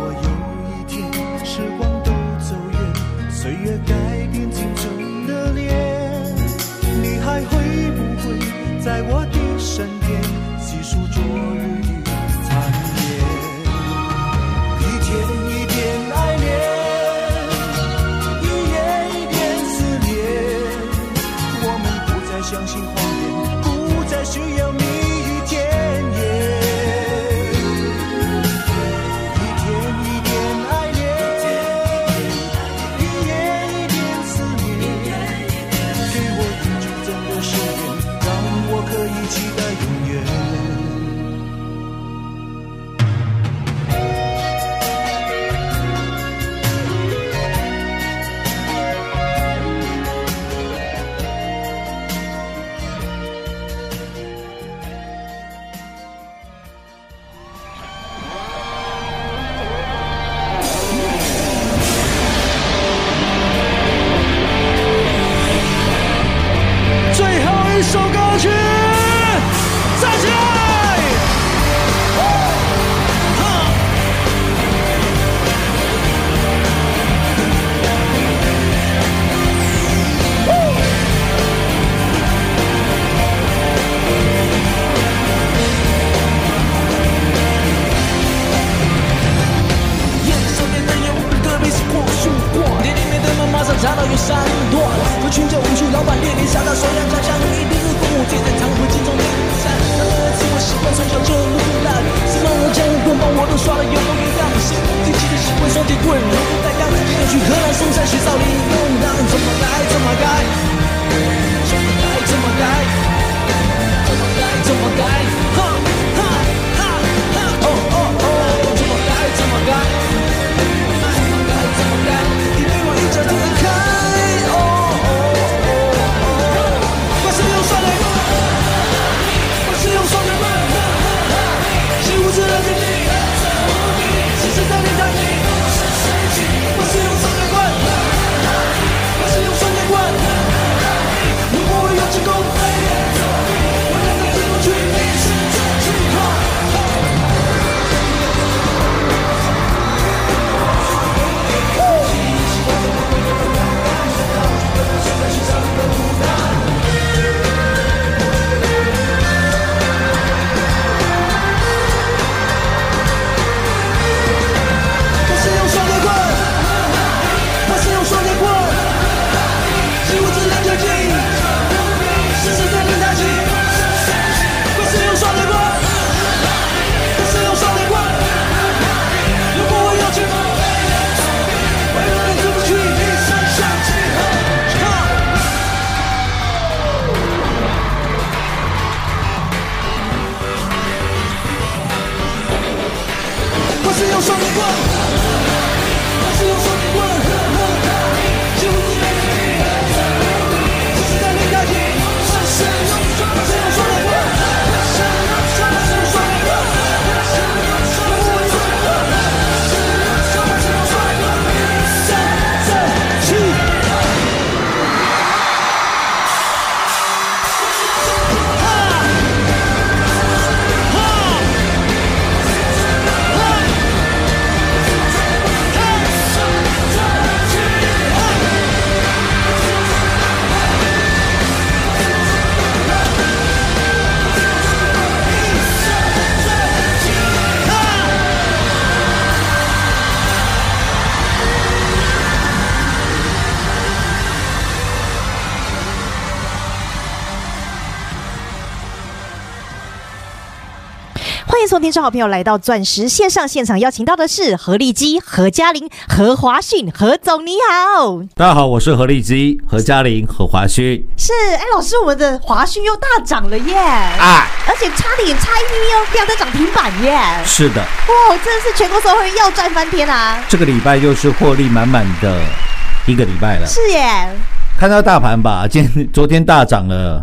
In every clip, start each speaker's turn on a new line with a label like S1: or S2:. S1: 如果有一天时光都走远，岁月改变青春的脸，你还会不会在我的身边细数昨日的残烟？一天一点爱恋，一夜一点思念。我们不再相信谎言，不再需要蜜语甜言。一天一点爱恋，一夜一点思念，给我一句真的誓言，让我可以期待永远。最后一首歌曲，站起来！
S2: 眼上面的烟雾，特别是过树过，店里面的门马上查到有三段，我群叫无趣，老板列宁傻到手要家乡，一定是父母节在常回镜中点赞。然而是我习惯从小就很烂，是让人家用棍棒我都刷了有容易让心，近期的习惯双截棍，带大家也去河南嵩山学少林弄堂，怎么来怎么改，怎么来怎么改，怎么来怎么改，哈哈哈哈，哦哦哦，怎么来怎么改。怎么改？你对我一脚踢开，哦哦哦！我是用双腿，我是用双腿迈，是无知的天地，无敌
S3: 送天生好朋友来到钻石线上现场，邀请到的是何立基、何嘉玲、何华逊、何总，你好。
S4: 大家好，我是何立基、何嘉玲、何华勋。
S3: 是，哎，老师，我们的华讯又大涨了耶！
S4: 啊，
S3: 而且差点差一咪又亮灯涨停板耶！
S4: 是的，
S3: 哇，哦真的是全国社会要赚翻天啊！
S4: 这个礼拜又是获利满满的一个礼拜了。
S3: 是耶，
S4: 看到大盘吧，今天昨天大涨了，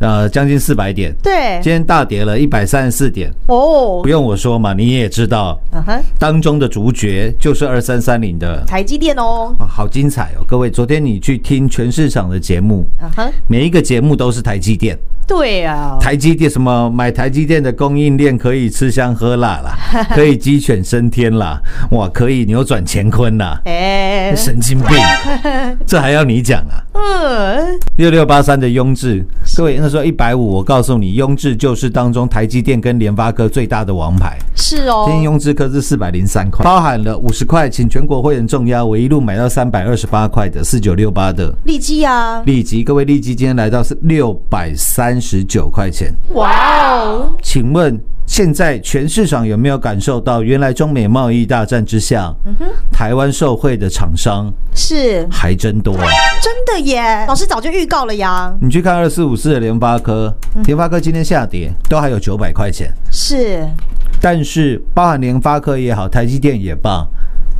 S4: 呃，将近四百点，
S3: 对
S4: 今，天大跌了一百三十四点。
S3: 哦
S4: 不，用我说嘛，你也知道，
S3: 嗯哼，
S4: 当中的主角就是二三三零的、
S3: 台积电哦，
S4: 哇好精彩哦！各位，昨天你去听全市场的节目，
S3: 嗯哼，
S4: 每一个节目都是台积电。
S3: 对啊，
S4: 台积电什么买台积电的供应链可以吃香喝辣啦，可以鸡犬升天啦，哇，可以扭转乾坤啦，
S3: 哎，
S4: 神经病，这还要你讲啊？
S3: 嗯，
S4: 六六八三的雍智，各位那时候一百五，我告诉你，雍智就是当中台积电跟联发科最大的王牌。
S3: 是哦
S4: 今，天雍智科是四百零三块，包含了五十块，请全国会员重压，我一路买到三百二十八块的四九六八的
S3: 利基啊，
S4: 利基，各位利基今天来到是六百三十九块钱。
S3: 哇哦，
S4: 请问现在全市场有没有感受到，原来中美贸易大战之下，
S3: 嗯
S4: 台湾受惠的厂商
S3: 是
S4: 还真多、啊？
S3: 真的耶，老师早就预告了呀，
S4: 你去看二四五四的联发科，
S3: 嗯
S4: 联发科今天下跌，都还有九百块钱，
S3: 是，
S4: 但是包含联发科也好，台积电也罢，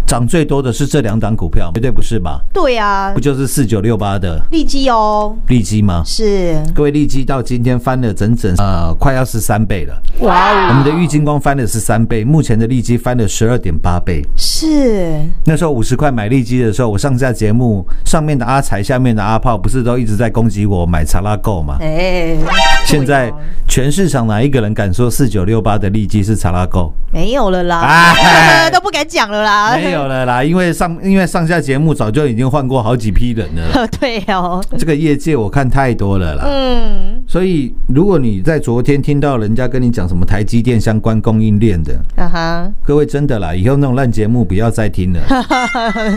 S4: 涨最多的是这两档股票，绝对不是吧？
S3: 对啊
S4: 不，就是四九六八的
S3: 利基哦，
S4: 利基吗？
S3: 是，
S4: 各位，利基到今天翻了整整呃，快要十三倍了。
S3: 哇哦
S4: 我们的玉金光翻了十三倍，目前的利基翻了十二点八倍。
S3: 是，
S4: 那时候五十块买利基的时候，我上架节目，上面的阿财，下面的阿炮，不是都一直在攻击我买查拉购吗？
S3: 哎，
S4: 现在全市场哪一个人敢说四九六八的利基是查拉购？
S3: 没有了啦，
S4: 哎
S3: 都不敢讲了啦，
S4: 没有了啦，因为上因为上下节目早就已经换过好几批人 了。
S3: 对哦，
S4: 这个业界我看太多了啦，
S3: 嗯，
S4: 所以如果你在昨天听到人家跟你讲什么台积电相关供应链的，
S3: 啊哈，
S4: 各位真的啦，以后那种烂节目不要 再听了，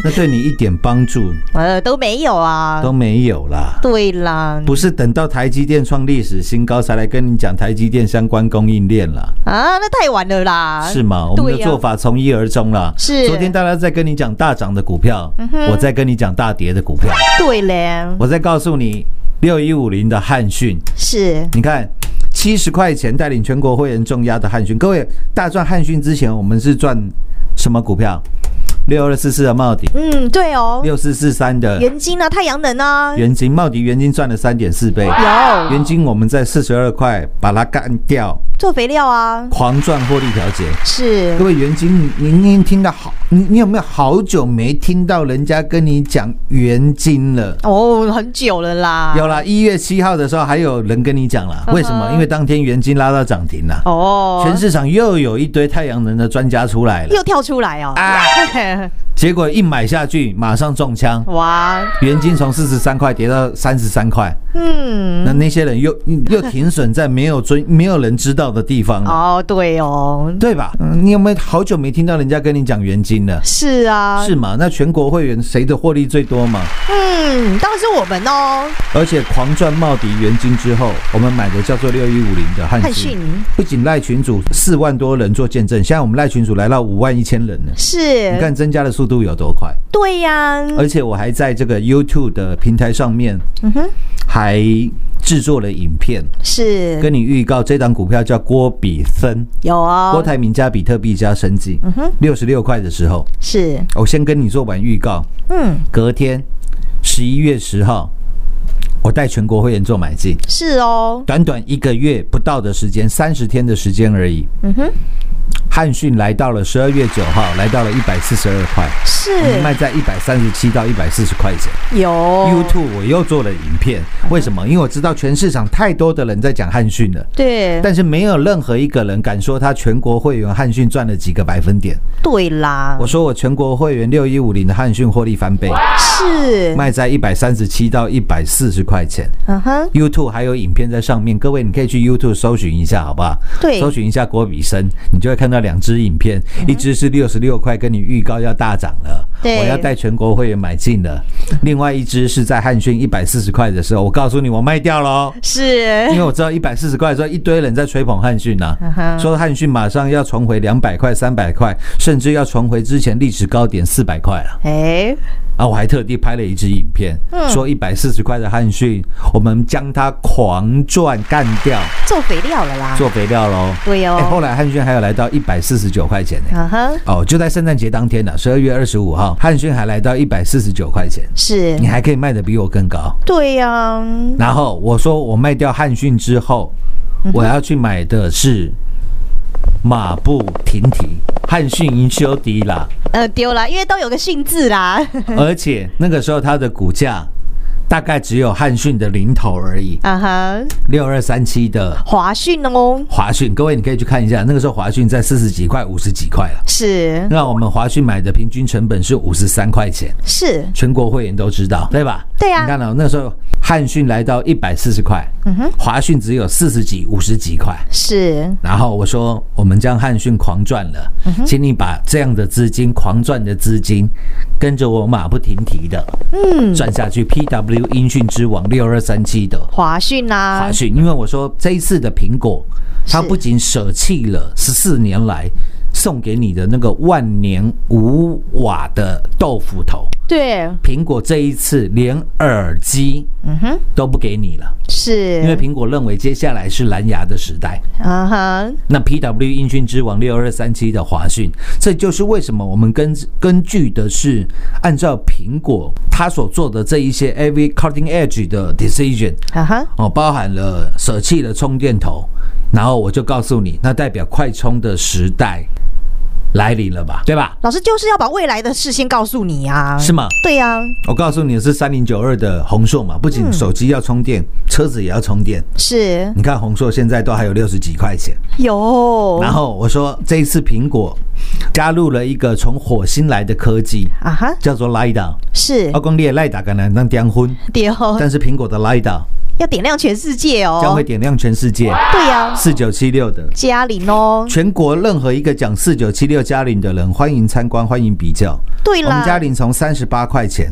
S4: 那对你一点帮助
S3: 呃，都没有啊，
S4: 都没有啦。
S3: 对啦，
S4: 不是等到台积电创历史新高才来跟你讲台积电相关供应链啦，
S3: 啊，那太晚了啦，
S4: 是吗？我们
S3: 啊对
S4: 的
S3: 呀
S4: 做法从一而终啦。
S3: 是嗯
S4: 昨天大家在跟你讲大涨的股票，我在跟你讲大跌的股票，
S3: 对嘞，
S4: 我在告诉你六一五零的汉讯，
S3: 是，
S4: 你看。七十块钱带领全国会员重压的汉讯，各位大赚汉讯之前，我们是赚什么股票？六二四四的茂迪，
S3: 嗯，对哦，
S4: 六四四三的
S3: 元金啊，太阳能啊，
S4: 元金，茂迪元金赚了三点四倍，
S3: 有
S4: 元金我们在四十二块把它干掉，
S3: 做肥料啊，
S4: 狂赚获利调节。
S3: 是
S4: 各，位元金，你你已经听到好，你你有没有好久没听到人家跟你讲元金了？
S3: 哦，很久了啦，
S4: 有啦，一月七号的时候还有人跟你讲啦，为什么？因为当天元金拉到涨停啦，
S3: 嗯哦，
S4: 全市场又有一堆太阳能的专家出来了，
S3: 又跳出来哦，
S4: 啊 结果一买下去马上中枪，
S3: 哦哇，
S4: 元金从四十三块跌到三十三块，
S3: 嗯，
S4: 那那些人又又停损在没 有尊没有人知道的地方了，
S3: 哦，对哦，
S4: 对吧？嗯你有没有好久没听到人家跟你讲原金了？
S3: 是啊，
S4: 是吗？那全国会员谁的获利最多嘛？
S3: 嗯，当然是我们哦，
S4: 而且狂赚茂迪原金之后，我们买的叫做六一五零的汉
S3: 汉
S4: 讯
S3: 讯，
S4: 不仅赖群主四万多人做见证，现在我们赖群主来到五万一千人了。
S3: 是，嗯
S4: 你看哎增加的速度有多快，
S3: 对呀、
S4: 而且我还在这个 YouTube 的平台上面，嗯
S3: 哼，
S4: 还制作了影片，
S3: 是
S4: 跟你预告这档股票叫郭比森，
S3: 有啊、
S4: 郭台铭加比特币加生技，六十六块的时候，
S3: 是，
S4: 我先跟你做完预告，
S3: 嗯，
S4: 隔天十一月十号，我带全国会员做买进，
S3: 是哦，
S4: 短短一个月不到的时间，三十天的时间而已。嗯哼，汉讯来到了十二月九号，来到了一百四十二块，我们
S3: 是
S4: 嗯
S3: 哦
S4: 卖在一百三十七到一百四十块钱。
S3: 有
S4: YouTube 我又做了影片，为什么？因为我知道全市场太多的人在讲汉讯了。
S3: 对
S4: 但是没有任何一个人敢说他全国会员汉讯赚了几个百分点。
S3: 对啦
S4: 我，说我全国会员六一五零的汉讯获利翻倍，
S3: 是，
S4: 卖在一百三十七到一百四十块钱。
S3: 嗯哼，
S4: YouTube 还有影片在上面，各位你可以去 YouTube 搜寻一下，好不好？
S3: 对嗯
S4: 搜寻一下郭比生，你就会看到两支影片，一支是六十六块，跟你预告要大涨了，
S3: 对
S4: 我要带全国会员买进的。另外一只是在汉讯一百四十块的时候，我告诉你我卖掉哦喽，
S3: 是
S4: 因为我知道一百四十块的时候，一堆人在吹捧汉讯呐
S3: 嗯哼，
S4: 说汉讯马上要重回两百块、三百块，甚至要重回之前历史高点四百块了。
S3: 哎，
S4: 啊，我还特地拍了一支影片，
S3: 嗯
S4: 说一百四十块的汉讯，我们将它狂赚干掉，
S3: 做肥料了啦，
S4: 做肥料喽。
S3: 对
S4: 哎后
S3: 哦，
S4: 来汉讯还有来到一百四十九块钱呢、
S3: 嗯哼，
S4: 哦，就在圣诞节当天呢、十二月二十五号，汉讯还来到一百四十九块钱，
S3: 是
S4: 你，还可以卖的比我更高。
S3: 对呀，
S4: 然后我说我卖掉汉讯之后，我要去买的是马不停蹄，汉讯营修迪啦，
S3: 呃，丢了，因为都有个训字啦，
S4: 而且那个时候它的股价大概只有汉讯的零头而已，
S3: 啊哈，
S4: 六二三七的
S3: 华讯哦，
S4: 华讯，各位你可以去看一下，那个时候华讯在四十几块、五十几块了。
S3: 是
S4: 那我们华讯买的平均成本是五十三块钱，
S3: 是，
S4: 全国会员都知道，对吧？
S3: 对啊
S4: 你看到、哦那时候汉讯来到一百四十块，嗯哼，华讯只有四十几、五十几块。
S3: 是
S4: 然后我说，我们将汉讯狂赚了，
S3: 嗯
S4: 请你把这样的资金、狂赚的资金，跟着我马不停蹄的，嗯，赚下去。PW 音讯之王六二三七的
S3: 华讯啊啦
S4: 华，讯，因为我说这一次的苹果，它
S3: 是
S4: 不仅舍弃了十四年来送给你的那个万年无瓦的豆腐头，
S3: 对，
S4: 苹果这一次连耳机
S3: 嗯哼，
S4: 都不给你了，
S3: 是，
S4: 因为苹果认为接下来是蓝牙的时代。
S3: 啊哈，
S4: 那 PW 音讯之王六二三七的华讯，这就是为什么我们根根据的是按照苹果它所做的这一些 AV cutting edge 的 decision
S3: 啊哈，
S4: 哦，包含了舍弃了充电头，然后我就告诉你，那代表快充的时代来临了吧，对吧？
S3: 老师就是要把未来的事先告诉你啊，
S4: 是吗？
S3: 对呀，
S4: 我告诉你是三零九二的宏硕嘛，不仅手机要充电，车子也要充电。
S3: 是
S4: 你看宏硕现在都还有六十几块钱，
S3: 有，
S4: 然后我说这一次苹果加入了一个从火星来的科技，
S3: 啊哈，
S4: 叫做 LiDAR。
S3: 是
S4: 阿公列 LiDAR 可能能点昏，
S3: 丢，
S4: 哦但是苹果的 LiDAR
S3: 要点亮全世界哦，
S4: 将会点亮全世界。
S3: 对呀，
S4: 四九七六的
S3: 嘉玲哦，
S4: 全国任何一个讲四九七六嘉陵的人，欢迎参观，欢迎比较。
S3: 对
S4: 我们嘉
S3: 啦，嗯
S4: 陵从三十八块钱，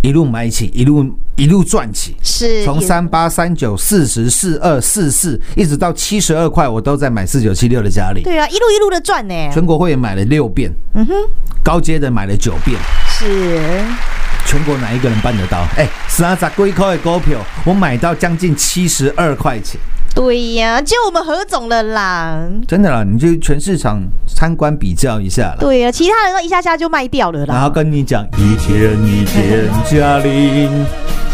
S4: 一路买起，一路一路赚起。
S3: 是
S4: 从
S3: 也
S4: 三八、三九、四十、四二、四四，一直到七十二块，我都在买四九七六的家里。
S3: 对啊，一路一路的赚呢，
S4: 全国会员买了六遍，嗯哼，高阶的买了九遍，
S3: 是
S4: 全国哪一个人办得到？哎、三十几块的股票，我买到将近七十二块钱，
S3: 对呀，就我们何总了啦。
S4: 真的啦！你就全市场参观比较一下啦。
S3: 对呀，其他人都一下下就卖掉了
S4: 然
S3: 啦。
S4: 后跟你讲一天一点嘉玲，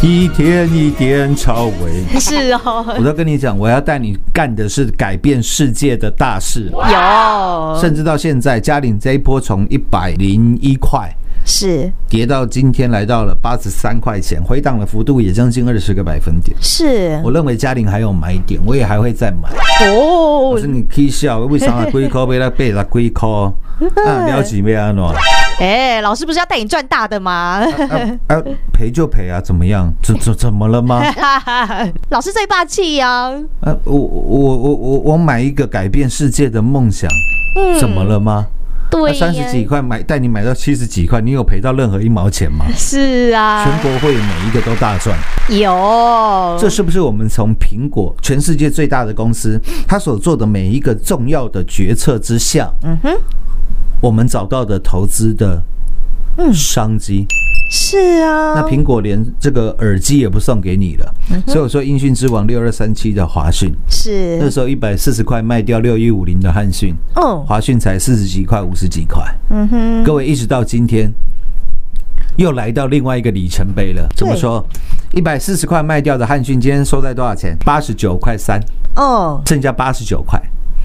S4: 一天一点超维。
S3: 是哦，
S4: 我都跟你讲，我要带你干的是改变世界的大事，
S3: 有
S4: 甚至到现在，嘉玲这一波从一百零一块
S3: 是
S4: 跌到今天来到了八十三块钱，回档的幅度也将近二十个百分点。
S3: 是
S4: 我认为嘉玲还有买点，我也还会再买。
S3: 哦
S4: 我说，你 K 笑，为啥龟壳被他被他龟壳？ 啊，了解没安喏？
S3: 哎，老师不是要带你赚大的吗？
S4: 啊啊，赔就赔啊，怎么样？怎怎怎么 了吗？
S3: 老师最霸气呀！
S4: 啊，我我我我我买一个改变世界的梦想，怎么了吗？
S3: 嗯
S4: 啊
S3: 对呀，
S4: 三十几块买带你买到七十几块，你有赔到任何一毛钱吗？
S3: 是啊，
S4: 全国会员每一个都大赚，
S3: 有
S4: 这是不是我们从苹果全世界最大的公司，它所做的每一个重要的决策之下，嗯哼，我们找到的投资的嗯商机？
S3: 是啊，
S4: 那苹果连这个耳机也不送给你了，所以我说音讯之王六二三七的华讯，那
S3: 是
S4: 时候一百四十块卖掉六一五零的汉讯，
S3: 嗯
S4: 华讯才四十几块、五十几块。哦嗯哼，各位一直到今天，又来到另外一个里程碑了。怎么说？一百四十块卖掉的汉讯，今天收在多少钱？八十九块三，
S3: 嗯
S4: 剩下八十九块。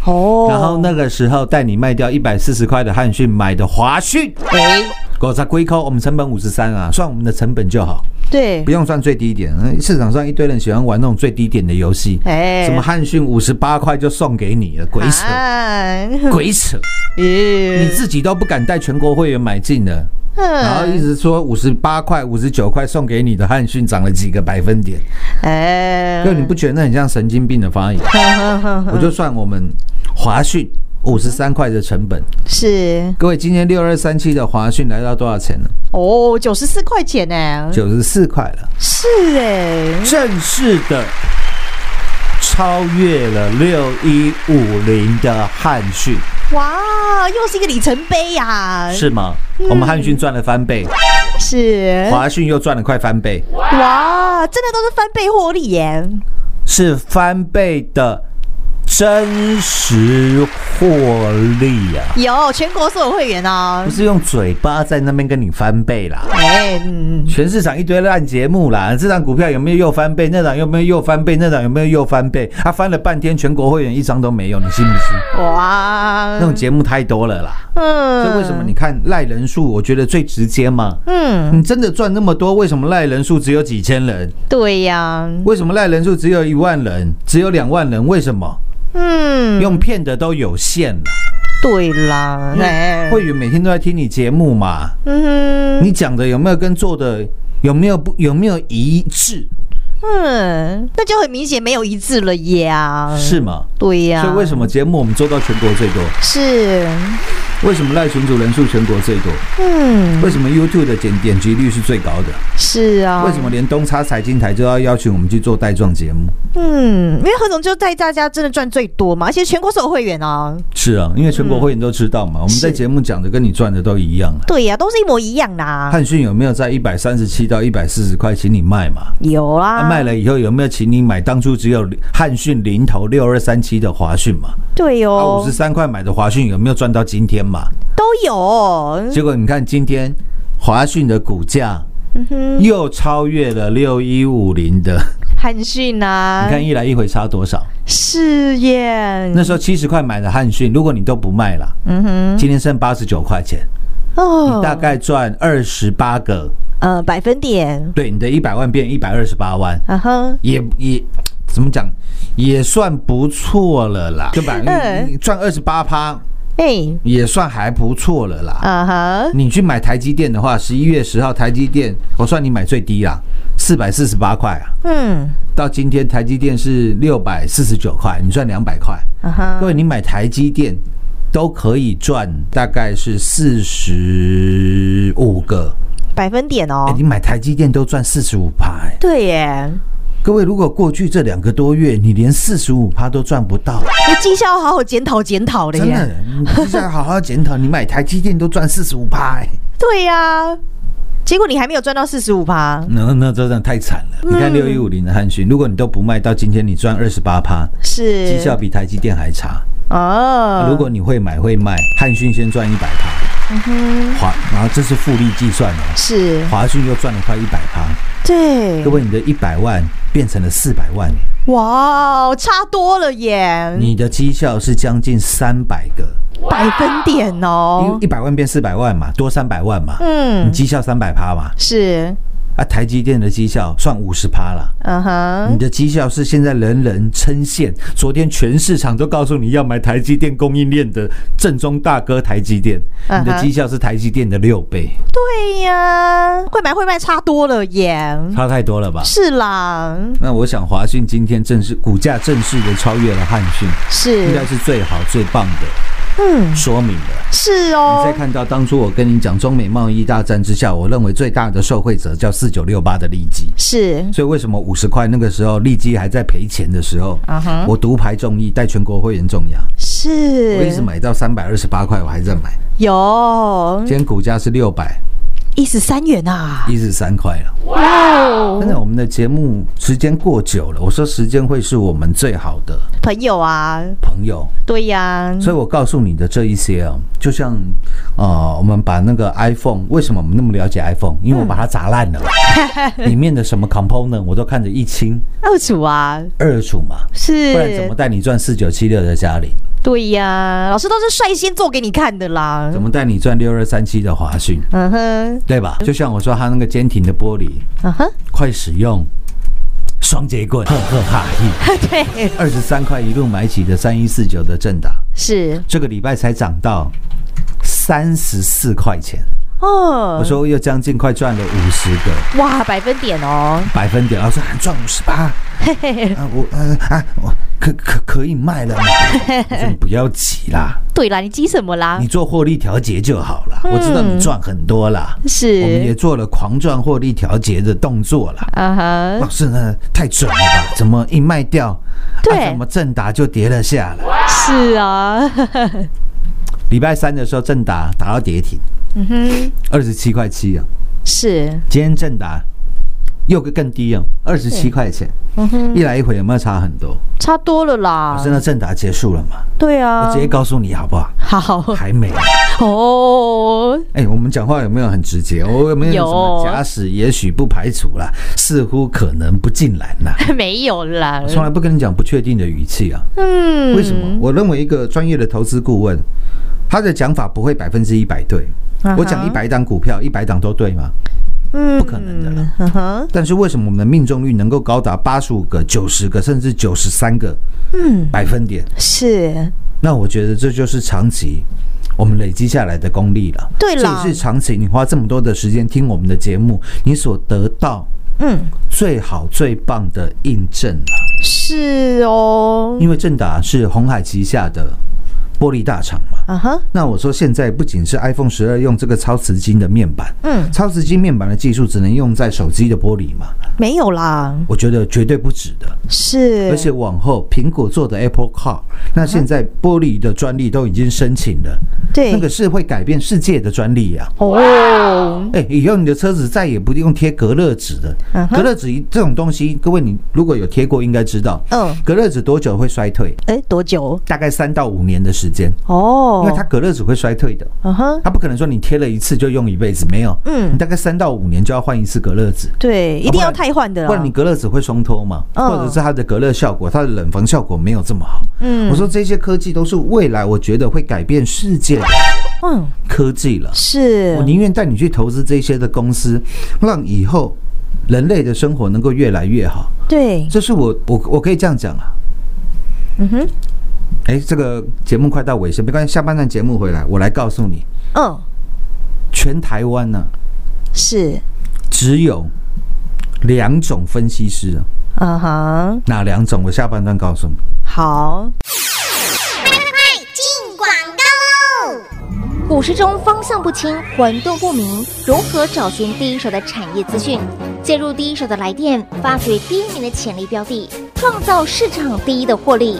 S3: 哦，
S4: 然后那个时候带你卖掉一百四十块的汉讯，买的华讯，哎，狗杂龟扣，我们成本五十三啊，算我们的成本就好，
S3: 对
S4: 不用算最低点。嗯市场上一堆人喜欢玩那种最低点的游戏，
S3: 哎
S4: 什么汉讯五十八块就送给你了，鬼扯，
S3: 啊
S4: 鬼扯。
S3: 咦
S4: 你自己都不敢带全国会员买进的，然后一
S3: 嗯
S4: 直说五十八块、五十九块送给你的汉逊涨了几个百分点，
S3: 哎
S4: 就你不觉得那很像神经病的发言？我就算我们华讯五十三块的成本。
S3: 是
S4: 各位，今天六二三七的华讯来到多少钱呢？
S3: 哦，九十四块钱呢，
S4: 九十四块了，
S3: 是哎，
S4: 正式的超越了六一五零的汉讯，
S3: 哇，又是一个里程碑呀、
S4: 是吗？我们汉讯赚了翻倍，
S3: 是
S4: 华讯又赚了快翻倍，
S3: 哇，真的都是翻倍获利耶，
S4: 是翻倍的真实获利啊！
S3: 有全国所有会员哦
S4: 不，是用嘴巴在那边跟你翻倍啦。
S3: 哎、嗯，
S4: 全市场一堆烂节目啦，这档股票有没有又翻倍？那档有没有又翻倍？那档有没有又翻倍？他、翻了半天，全国会员一张都没有，你信不信？
S3: 哇，
S4: 那种节目太多了啦。
S3: 嗯
S4: 这为什么你看赖人数，我觉得最直接嘛。
S3: 嗯，
S4: 你真的赚那么多，为什么赖人数只有几千人？
S3: 对呀、
S4: 为什么赖人数只有一万人？只有两万人？为什么？
S3: 嗯，
S4: 用骗的都有限了。
S3: 对啦，哎，
S4: 会员每天都在听你节目嘛，
S3: 嗯
S4: 你讲的有没有跟做的有没有不有没有一致？
S3: 哼嗯，那就很明显没有一致了呀，
S4: 是，吗？
S3: 对嗯呀、
S4: 所以为什么节目我们做到全国最多？
S3: 是，
S4: 为什么赖群主人数全国最多？
S3: 嗯，
S4: 为什么 YouTube 的点点击率是最高的？
S3: 是啊，
S4: 为什么连东差财经台就要邀请我们去做带状节目？
S3: 嗯，因为何总就带大家真的赚最多嘛，而且全国所有会员啊，
S4: 是啊，因为全国会员都知道嘛，我们在
S3: 是
S4: 节目讲的跟你赚的都一样啊。
S3: 对呀、都是一模一样的、啊，
S4: 汉讯有没有在一百三十七到一百四十块请你卖嘛？
S3: 有啦，
S4: 啊、卖了以后有没有请你买当初只有汉讯零头六二三七的华讯嘛？
S3: 对
S4: 啊，
S3: 哦
S4: 五，十三块买的华讯有没有赚到今天嘛？
S3: 都有，
S4: 结果你看今天华讯的股价
S3: 嗯
S4: 又超越了六一五零的，
S3: 汉讯啊，
S4: 你看一来一回差多少？
S3: 嗯是耶，
S4: 那时候七十块买的汉讯，如果你都不卖了，
S3: 嗯哼，
S4: 今天剩八十九块钱，
S3: 哦
S4: 你大概赚二十八个，
S3: 呃百分点，
S4: 对，你的一百万变一百二十八万，
S3: 啊哈，
S4: 也也怎么讲，也算不错了啦，对吧？
S3: 嗯
S4: 你你赚二十八趴
S3: 哎，
S4: 也算还不错了啦。
S3: 啊哈，
S4: 你去买台积电的话，十一月十号台积电，我算你买最低啦，四百四十八块啊。
S3: 嗯，
S4: 到今天台积电是六百四十九块，你赚两百块。
S3: 啊哈
S4: 各，位，你买台积电都可以赚大概是四十五个，
S3: 百分点
S4: 哎
S3: 哦，
S4: 你买台积电都赚四十五趴。哎
S3: 对耶，
S4: 各位，如果过去这两个多月你连四十五趴都赚不到，
S3: 你绩效好好检讨检讨了
S4: 真的
S3: 耶，，
S4: 你现在好好检讨，你买台积电都赚四十五趴，哎
S3: 对呀、结果你还没有赚到四十五趴，
S4: 那那真的太惨了。你看六一五零的汉讯，如果你都不卖，到今天你赚二十八趴，
S3: 是
S4: 绩效比台积电还差。
S3: 哦，
S4: 如果你会买会卖，汉讯先赚一百趴，华，然后这是复利计算哦，
S3: 是
S4: 华讯又赚了快一百趴。
S3: 对，
S4: 各位，你的一百万变成了四百万，
S3: 哇，差多了耶，
S4: 你的绩效是将近三百个，
S3: 百分点哦
S4: 因，一百万变四百万嘛，多三百万嘛，你
S3: 嗯，
S4: 绩效三百趴嘛，
S3: 是，
S4: 啊，台积电的绩效算五十趴了。
S3: 嗯
S4: 你
S3: 哼，
S4: 的绩效是现在人人称羡，昨天全市场都告诉你要买台积电供应链的正宗大哥台积电，
S3: 嗯
S4: 你的
S3: 哼
S4: 绩效是台积电的六倍，
S3: 对呀，会买会卖差多了耶，
S4: 差太多了吧？
S3: 是啦，
S4: 那我想华讯今天正式股价正式的超越了汉讯，应该
S3: 是，
S4: 是最好最棒的
S3: 嗯，
S4: 说明了。
S3: 是
S4: 你再
S3: 哦，
S4: 看到当初我跟你讲中美贸易大战之下，我认为最大的受惠者叫四九六八的利基。
S3: 是，
S4: 所以为什么五十块那个时候利基还在赔钱的时候
S3: 嗯哼
S4: 我独排众议，带全国会员重压，
S3: 是，嗯
S4: 我一直买到三百二十八块，我还在买。
S3: 有
S4: 今天股价是六百
S3: 一十三元啊，
S4: 一十三块了。
S3: 哦
S4: 哇！真的，我们的节目时间过久了，我说时间会是我们最好的
S3: 朋友啊，
S4: 朋友。
S3: 对呀，
S4: 所以我告诉你的这一些啊，就像呃，我们把那个 iPhone，为什么我们那么了解 iPhone？因为我把它砸烂了，
S3: 嗯
S4: 里面的什么 component 我都看得一清
S3: 二主啊，
S4: 二楚嘛，
S3: 是，
S4: 不然怎么带你赚四九七六的嘉里？
S3: 对呀，老师都是率先做给你看的啦
S4: 怎。么带你赚六二三七的华讯？
S3: 嗯哼，
S4: 对吧？就像我说，它那个坚挺的玻璃，
S3: 嗯哼，
S4: 快使用双节棍，呵呵哈嘿，
S3: 嗯 对，
S4: 二十三块一路买起的三一四九的正达，
S3: 是
S4: 这个礼拜才涨到三十四块钱。
S3: 哦
S4: 我，说又将近快赚了五十个
S3: 哇，百分点哦，
S4: 哎 百分点，老师还赚五十八，啊我呃啊我可可可以 卖了吗？我说你不要急啦，
S3: 对啦，你急什么啦
S4: 你？做获利调节就好了。
S3: 嗯
S4: 我知道你赚很多啦，我们也
S3: 是
S4: 做了狂赚获利调节的动作啦。
S3: 啊哈，
S4: 老师呢，太准了吧？怎么一卖掉，啊
S3: 对
S4: 怎么正达就跌了下来？
S3: 是啊，
S4: 礼拜三的时候，正达打到跌停，
S3: 嗯哼，
S4: 二十七块七啊。
S3: 是
S4: 今天正达又更低哦，二十七块钱，
S3: 嗯
S4: 一来一回有没有差很多？
S3: 差多了
S4: 我
S3: 啦
S4: 真。的正达结束了吗？
S3: 对啊
S4: 我直，接告诉你好不 好？
S3: 好
S4: 还没。
S3: 哦，
S4: 哎、我们讲话有没有很直接？我有没有什
S3: 有
S4: 么假使、也许、不排除啦，似乎、可能、不尽然啦？
S3: 没有啦
S4: 我，从来不跟你讲不确定的语气啊。
S3: 嗯，
S4: 为什么？我认为一个专业的投资顾问，他的讲法不会百分之一百对。
S3: 啊哈
S4: 我讲一百档股票，一百档都对吗？
S3: 嗯
S4: 不可能的啦。
S3: 嗯哼，
S4: 但是为什么我们的命中率能够高达八十五个、九十个，甚至九十三个
S3: 嗯
S4: 百分点？
S3: 是
S4: 那我觉得这就是长期我们累积下来的功力了。
S3: 对
S4: 这
S3: 啦
S4: 也是长期你花这么多的时间听我们的节目，你所得到
S3: 嗯
S4: 最好最棒的印证了。
S3: 是哦，
S4: 因为正达是红海旗下的玻璃大厂嘛。
S3: 啊哈，
S4: 那我说现在不仅是 iPhone 十二用这个超瓷晶的面板，
S3: 嗯，
S4: 超瓷晶面板的技术只能用在手机的玻璃嘛？
S3: 没有啦，
S4: 我觉得绝对不止的。
S3: 是，
S4: 而且往后苹果做的 Apple Car，那现在玻璃的专利都已经申请了，
S3: 对
S4: 那个是会改变世界的专利啊。
S3: 哦，
S4: 哎，以后你的车子再也不用贴隔热纸的
S3: 嗯。哼
S4: 隔热纸一这种东西，各位你如果有贴过，应该知道。
S3: 嗯
S4: 隔热纸多久会衰退？
S3: 哎，多久？
S4: 大概三到五年的时间，
S3: 哦，
S4: 因为它隔热纸会衰退的。
S3: 嗯哼，
S4: 它不可能说你贴了一次就用一辈子，没有，
S3: 嗯
S4: 你大概三到五年就要换一次隔热纸。
S3: 对，一定要
S4: 不然
S3: 汰换的啦，
S4: 不然你隔热纸会松脱嘛，
S3: 啊嗯
S4: 或者是它的隔热效果、它的冷房效果没有这么好。
S3: 嗯
S4: 我说这些科技都是未来我觉得会改变世界的
S3: 嗯
S4: 科技了。
S3: 是
S4: 我，宁愿带你去投资这些的公司，让以后人类的生活能够越来越好。
S3: 对，
S4: 这是我我我可以这样讲啊。
S3: 嗯哼，
S4: 哎，这个节目快到尾声，没关系，下半段节目回来，我来告诉你，
S3: 嗯
S4: 全台湾呢、
S3: 是，
S4: 只有两种分析师啊，
S3: 嗯哼，
S4: 哪两种？我下半段告诉你。
S3: 好，
S5: 进广告喽！股市中方向不清、混沌不明，如何找寻第一手的产业资讯？介入第一手的来电，发掘第一名的潜力标的，创造市场第一的获利。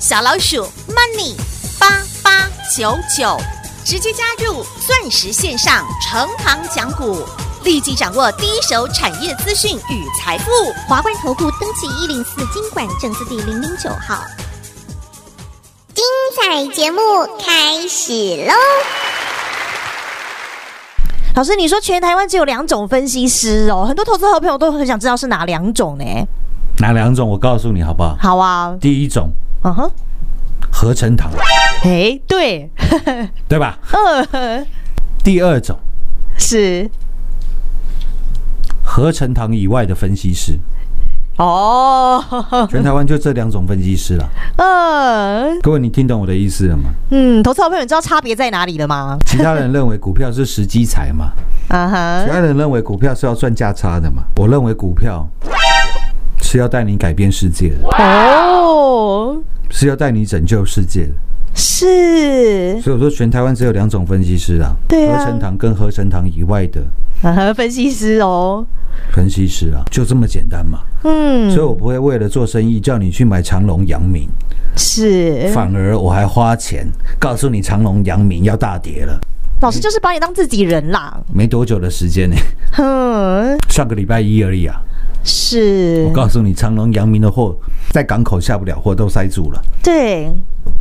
S5: 小老鼠 Money 八八九九，直接加入钻石线上成行讲股，立即掌握第一手产业资讯与财富。华冠投顾登记一零四经管证字第零零九号。
S6: 彩节目开始喽！
S3: 老师，你说全台湾只有两种分析师哦，很多投资好朋友都很想知道是哪两种呢？
S4: 哪两种？我告诉你好不好？
S3: 好啊，
S4: 第一种
S3: 嗯哼，
S4: 合成糖，
S3: 哎，对，
S4: 对吧？
S3: 嗯，
S4: 第二种
S3: 是
S4: 合成糖以外的分析师，
S3: 哦，
S4: 全台湾就这两种分析师了。
S3: 嗯
S4: 各位，你听懂我的意思了吗？
S3: 嗯，投资好朋友，你知道差别在哪里了吗？
S4: 其他人认为股票是时机财嘛，
S3: 啊
S4: 其
S3: 哈，
S4: 他人认为股票是要赚价差的嘛。我认为股票是要带你改变世界的，
S3: 哦，
S4: 是要带你拯救世界的。
S3: 是，
S4: 所以我说，全台湾只有两种分析师啊，
S3: 对啊
S4: 合成糖跟合成糖以外的
S3: 啊哈，分析师哦，
S4: 分析师啊，就这么简单嘛。
S3: 嗯，
S4: 所以我不会为了做生意叫你去买长隆、阳明，
S3: 是，
S4: 反而我还花钱告诉你长隆、阳明要大跌了。
S3: 老师就是把你当自己人啦，
S4: 没多久的时间呢、
S3: 哼，
S4: 上个礼拜一而已啊。
S3: 是
S4: 我，告诉你，长隆、阳明的货在港口下不了货，都塞住了，
S3: 对，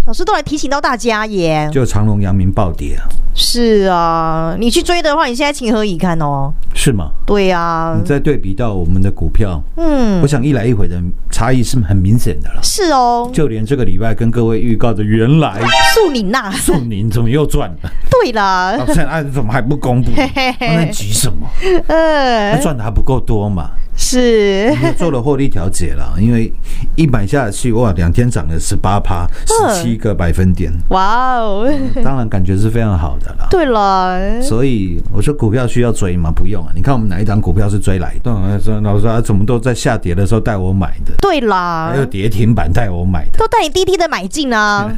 S3: 老师都来提醒到大家耶，
S4: 就长隆、阳明暴跌啊。
S3: 是啊，你去追的话，你现在情何以堪哦？
S4: 是吗？
S3: 对啊呀
S4: 你，再对比到我们的股票，
S3: 嗯
S4: 我，想一来一回的差异是很明显的了。
S3: 是哦，
S4: 就连这个礼拜跟各位预告的，原来
S3: 树你那，
S4: 祝您怎么又赚 了？
S3: 对啦
S4: 老，陈啊，你怎么还不公布？啊
S3: 嘿嘿
S4: 那急什么？那
S3: 呃，
S4: 赚的还不够多嘛？
S3: 是
S4: 我做了获利调节了，因为一买下去哇，两天涨了十八趴，
S3: 嗯
S4: 十七个百分点，
S3: 哇哦，
S4: 当然感觉是非常好的啦。
S3: 对了，
S4: 所以我说股票需要追吗？不用啊！你看我们哪一档股票是追来的？嗯说老师啊，怎么都在下跌的时候带我买的，
S3: 对啦
S4: 还，有跌停板带我买的，
S3: 都带你滴滴的买进啊，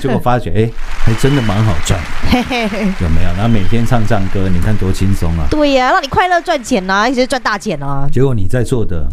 S4: 结果发觉哎、还真的蛮好赚的，
S3: 嘿嘿嘿，
S4: 有没有？然后每天唱唱歌，你看多轻松啊！
S3: 对呀，让你快乐赚钱呐，一直赚大钱啊，
S4: 结果你在做的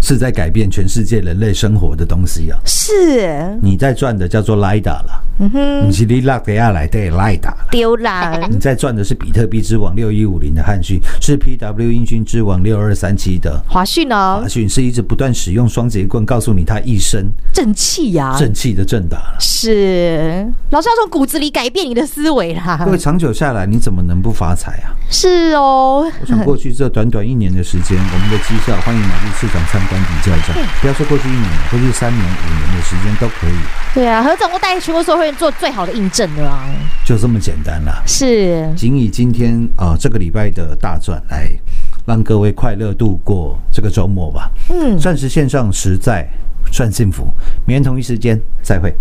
S4: 是在改变全世界人类生活的东西啊！
S3: 是，
S4: 你在赚的叫做 LIDA 了，嗯哼，你是你拉得下来的 LIDA 了。
S3: 丢啦，
S4: 你在赚的是比特币之王六一五零的汉讯，是 PW 音讯之王六二三七的
S3: 华讯哦呢
S4: 华，讯，是一直不断使用双节棍告诉你他一生
S3: 正气呀，
S4: 正气的正打了。
S3: 是，老师要从骨子里改变你的思维啦
S4: 各，位长久下来，你怎么能不发财啊？
S3: 是哦，
S4: 我想过去这短短一年的时间，我们的绩效，欢迎买入市场参观比较一下。不要说过去一年，过去三年、五年的时间都可以，
S3: 对啊，何总我带全国所有人做最好的印证了啊，
S4: 就这么简单啦。
S3: 是，
S4: 仅以今天啊、呃这个礼拜的大赚来让各位快乐度过这个周末吧。
S3: 嗯，
S4: 钻石线上实在算幸福，明天同一时间再会。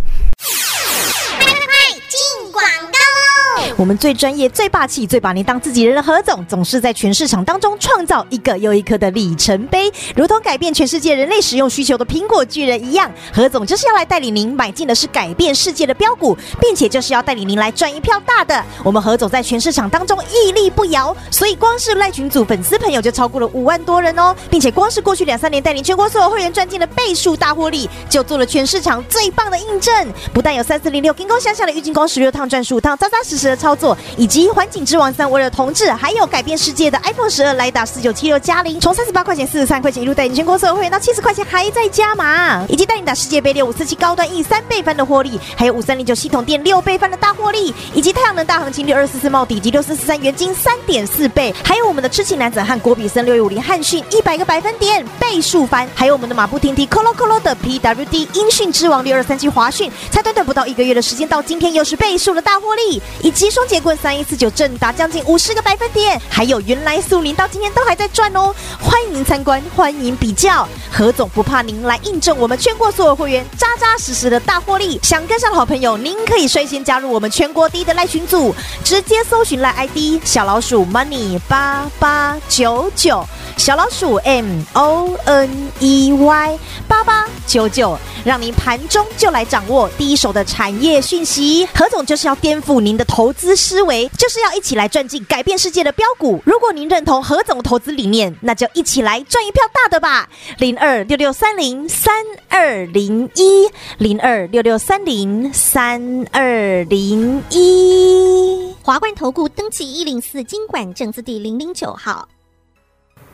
S6: 进广告喽！
S3: 我们最专业、最霸气、最把您当自己人的何总，总是在全市场当中创造一个又一颗的里程碑，如同改变全世界人类使用需求的苹果巨人一样，何总就是要来带领您买进的是改变世界的标股，并且就是要带领您来赚一票大的。我们何总在全市场当中屹立不摇，所以光是赖群组粉丝朋友就超过了五万多人哦，并且光是过去两三年带领全国所有会员赚进了倍数大获利，就做了全市场最棒的印证。不但有三四零六金工相下的郁金光十六趟转数趟扎扎实实的操作，以及环境之王三维的同志，还有改变世界的 iPhone 十二来打四九七六加零，从三十八块钱、四十三块钱一路带领全国所有会员到七十块钱还在加码，以及带领打世界杯六五四七高端 E 三倍翻的获利，还有五三零九系统店六倍翻的大获利，以及太阳能大行情六二四四帽底以及六四四三元金三点四倍，还有我们的痴情男子汉郭比森六一五零汉讯一百个百分点倍数翻，还有我们的马不停蹄 Colo Colo 的 PWD 音讯之王六二三七华讯，才短短不到一个月的时间，到今天又是倍数的大获利，以及双节棍三一四九正达将近五十个百分点，还有原来苏宁到今天都还在赚哦，欢迎您参观，欢迎比较，何总不怕您来印证我们全国所有会员扎扎实实的大获利，想跟上的好朋友，您可以率先加入我们全国第一的赖群组，直接搜寻赖 ID 小老鼠 money 八八九九。小老鼠 M O N E Y 八八九九，让您盘中就来掌握第一手的产业讯息。何总就是要颠覆您的投资思维，就是要一起来赚进改变世界的标股。如果您认同何总的投资理念，那就一起来赚一票大的吧。零二六六三零三二零一，零二六六三零三二零一。
S6: 华冠投顾登记一零四经管证字第零零九号，